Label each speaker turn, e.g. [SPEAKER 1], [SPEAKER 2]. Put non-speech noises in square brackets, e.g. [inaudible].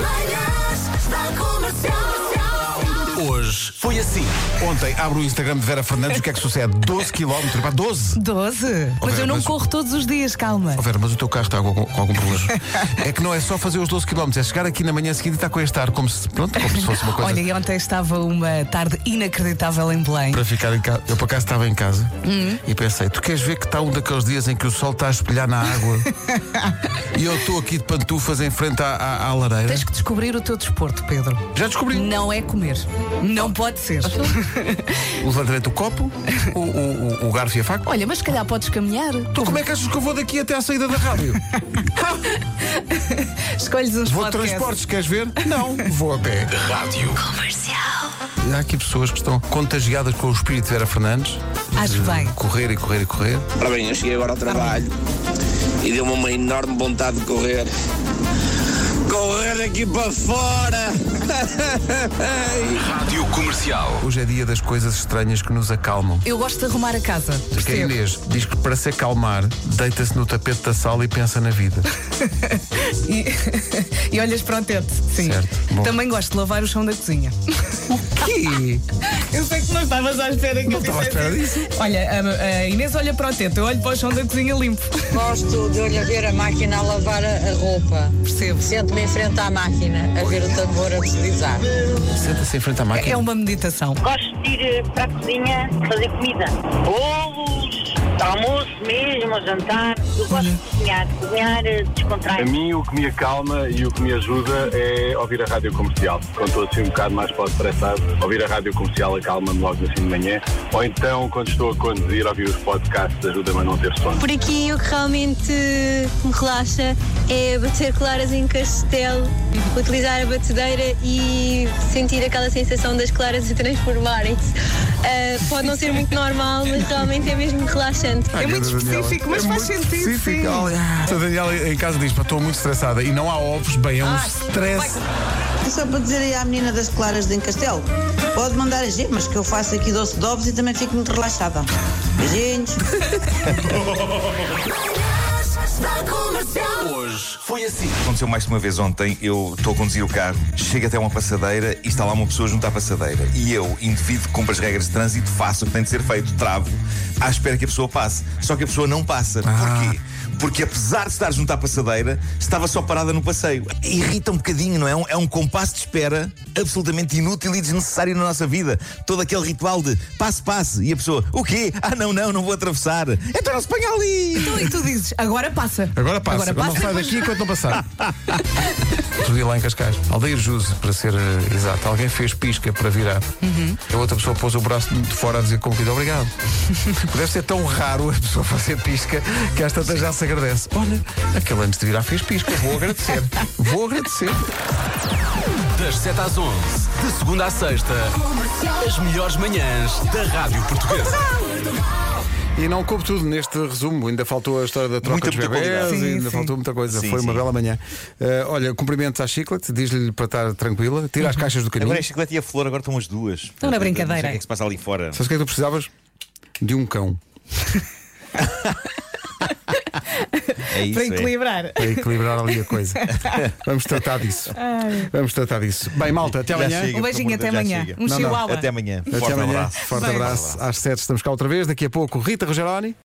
[SPEAKER 1] Manhãs da Comercial.
[SPEAKER 2] Hoje foi assim. Ontem abro o Instagram de Vera Fernandes, o que é que sucede? 12 km, pá, 12!
[SPEAKER 3] 12? mas
[SPEAKER 2] Vera,
[SPEAKER 3] eu não
[SPEAKER 2] mas-
[SPEAKER 3] corro todos os dias, calma.
[SPEAKER 2] Oh, Vera, mas o teu carro está com, com algum problema. É que não é só fazer os 12 km, é chegar aqui na manhã seguinte e estar com este ar, como se, pronto, como se fosse uma coisa. assim.
[SPEAKER 3] Olha, e ontem estava uma tarde inacreditável em Belém.
[SPEAKER 2] Para ficar em casa. Eu por acaso estava em casa
[SPEAKER 3] Hum.
[SPEAKER 2] e pensei, tu queres ver que está um daqueles dias em que o sol está a espelhar na
[SPEAKER 3] [laughs]
[SPEAKER 2] água e eu estou aqui de pantufas em frente à, à- à lareira?
[SPEAKER 3] Tens que descobrir o teu desporto, Pedro.
[SPEAKER 2] Já descobri.
[SPEAKER 3] Não é comer. Não pode ser.
[SPEAKER 2] O levantamento do copo, o, o, o- o garfo e a faca.
[SPEAKER 3] [laughs] Olha, mas se calhar podes caminhar.
[SPEAKER 2] Tu como é que achas que eu vou daqui até à saída da rádio?
[SPEAKER 3] Escolhes uns
[SPEAKER 2] Vou de
[SPEAKER 3] podcasts.
[SPEAKER 2] transportes, queres ver? Não, vou a pé.
[SPEAKER 1] Comercial.
[SPEAKER 2] Há aqui pessoas que estão contagiadas com o espírito de Vera Fernandes.
[SPEAKER 3] Acho bem.
[SPEAKER 2] Correr e correr e correr.
[SPEAKER 4] Ora bem, eu cheguei agora ao trabalho e deu-me uma enorme vontade de correr. Correr aqui para fora!
[SPEAKER 5] Rádio Comercial.
[SPEAKER 2] Hoje é dia das coisas estranhas que nos acalmam.
[SPEAKER 3] Eu gosto de arrumar a casa.
[SPEAKER 2] Porque a
[SPEAKER 3] Percebo.
[SPEAKER 2] Inês diz que para se acalmar, deita-se no tapete da sala e pensa na vida.
[SPEAKER 3] E, e [laughs] olhas para o teto. Sim.
[SPEAKER 2] Certo, bom.
[SPEAKER 3] Também gosto de lavar o chão da cozinha. [laughs]
[SPEAKER 2] Que?
[SPEAKER 3] Eu sei que não estavas à espera que eu
[SPEAKER 2] estava à espera
[SPEAKER 3] dissesse isso. Olha, a, a Inês olha para o teto, eu olho para o chão da cozinha limpo.
[SPEAKER 6] Gosto de olhar ver a máquina a lavar a a roupa.
[SPEAKER 3] Percebo.
[SPEAKER 6] Sento-me em frente à máquina a ver o tambor a deslizar.
[SPEAKER 7] É
[SPEAKER 2] Senta-se em frente à máquina.
[SPEAKER 3] É uma meditação.
[SPEAKER 8] Gosto de ir eh, para a cozinha fazer comida. Bolos, almoço mesmo, jantar. Eu gosto de cozinhar. Cozinhar eh,
[SPEAKER 9] A
[SPEAKER 8] descontrai-me.
[SPEAKER 9] mim o que me acalma e o que me ajuda é ouvir a rádio comercial. Quando estou assim um bocado mais para estressado, ouvir a rádio comercial acalma-me logo assim de manhã. Ou então, quando estou a conduzir, ouvir os podcasts ajuda-me a não ter sono.
[SPEAKER 10] Por aqui o que realmente me relaxa é bater claras em castelo, utilizar a batedeira e sentir aquela sensação das claras a transformarem-se. Ah, pode não ser muito normal, mas realmente é mesmo relaxante.
[SPEAKER 5] Ah,
[SPEAKER 2] Ah,
[SPEAKER 3] É muito específico, mas faz sentido, sim.
[SPEAKER 2] A Daniela em casa diz: "Pá, estou muito estressada e não há ovos, bem, é um
[SPEAKER 3] Ai,
[SPEAKER 2] stress.
[SPEAKER 7] Só para dizer aí à menina das claras de Encastelo, pode mandar as gemas que eu faço aqui doce de ovos e também fico muito relaxada. Beijinhos.
[SPEAKER 1] Manhãs da Comercial.
[SPEAKER 5] Hoje foi assim. Aconteceu mais de uma vez ontem. Eu estou a conduzir o carro, chego até uma passadeira e está lá uma pessoa junto à passadeira. E eu, indivíduo que cumpre as regras de trânsito, faço o que tem de ser feito, travo, à espera que a pessoa passe. Só que a pessoa não passa. Porquê? Porque [laughs] apesar de estar junto à passadeira, estava só parada no passeio. Irrita um bocadinho, não é? É um, é um compasso de espera absolutamente inútil e desnecessário na nossa vida. Todo aquele ritual de passe, passe. E a pessoa, o quê? Ah, não, não, não vou atravessar. Então não se ponha ali!
[SPEAKER 3] Tu, e tu dizes, agora passa.
[SPEAKER 2] Agora passa,
[SPEAKER 3] Agora
[SPEAKER 2] não
[SPEAKER 3] passa.
[SPEAKER 2] sai daqui enquanto não
[SPEAKER 3] [laughs]
[SPEAKER 2] passar. Outro dia lá em Cascais, Aldeir Juse, para ser eh, exato, alguém fez pisca para virar.
[SPEAKER 3] Uhum.
[SPEAKER 2] A outra pessoa pôs o braço de fora a dizer como que
[SPEAKER 3] [laughs]
[SPEAKER 2] obrigado. Deve ser tão raro a pessoa fazer pisca que às tantas já se agradece. Olha, aquele antes de virar fez pisca, vou agradecer.
[SPEAKER 3] [laughs]
[SPEAKER 2] vou agradecer.
[SPEAKER 11] Das 7 às 11, de segunda à sexta, as melhores manhãs da Rádio Portuguesa.
[SPEAKER 2] E não coube tudo neste resumo. Ainda faltou a história da troca
[SPEAKER 5] Muita,
[SPEAKER 2] de
[SPEAKER 5] muita
[SPEAKER 2] bebés,
[SPEAKER 5] qualidade.
[SPEAKER 3] Sim,
[SPEAKER 2] ainda
[SPEAKER 3] sim.
[SPEAKER 2] faltou muita coisa.
[SPEAKER 5] Sim,
[SPEAKER 2] Foi uma
[SPEAKER 5] sim.
[SPEAKER 2] bela manhã. Eh, olha, cumprimentos à Chiclete, diz-lhe para estar tranquila, tira
[SPEAKER 3] Uhum.
[SPEAKER 2] as caixas do caminho.
[SPEAKER 5] Agora a chiclete e a flor agora estão as duas.
[SPEAKER 3] Não é brincadeira.
[SPEAKER 5] Não sei O que é que se passa ali fora?
[SPEAKER 2] Sabes o que é que tu precisavas? De um cão.
[SPEAKER 5] É isso.
[SPEAKER 3] Para
[SPEAKER 5] é.
[SPEAKER 3] equilibrar. Um
[SPEAKER 2] Para equilibrar ali a
[SPEAKER 5] [laughs]
[SPEAKER 2] coisa. Vamos tratar disso. Vamos tratar disso. Bem, malta, até
[SPEAKER 5] Já
[SPEAKER 2] amanhã.
[SPEAKER 5] chega,
[SPEAKER 3] Um beijinho,
[SPEAKER 5] pelo amor
[SPEAKER 3] até
[SPEAKER 5] de Deus, já
[SPEAKER 3] amanhã.
[SPEAKER 5] chega.
[SPEAKER 3] Um
[SPEAKER 2] Não, não.
[SPEAKER 3] chihuahua.
[SPEAKER 5] Até amanhã.
[SPEAKER 2] Até
[SPEAKER 5] Forte
[SPEAKER 2] amanhã.
[SPEAKER 5] abraço.
[SPEAKER 2] Forte abraço. Às sete estamos cá outra vez. Daqui a pouco, Rita Rogeroni.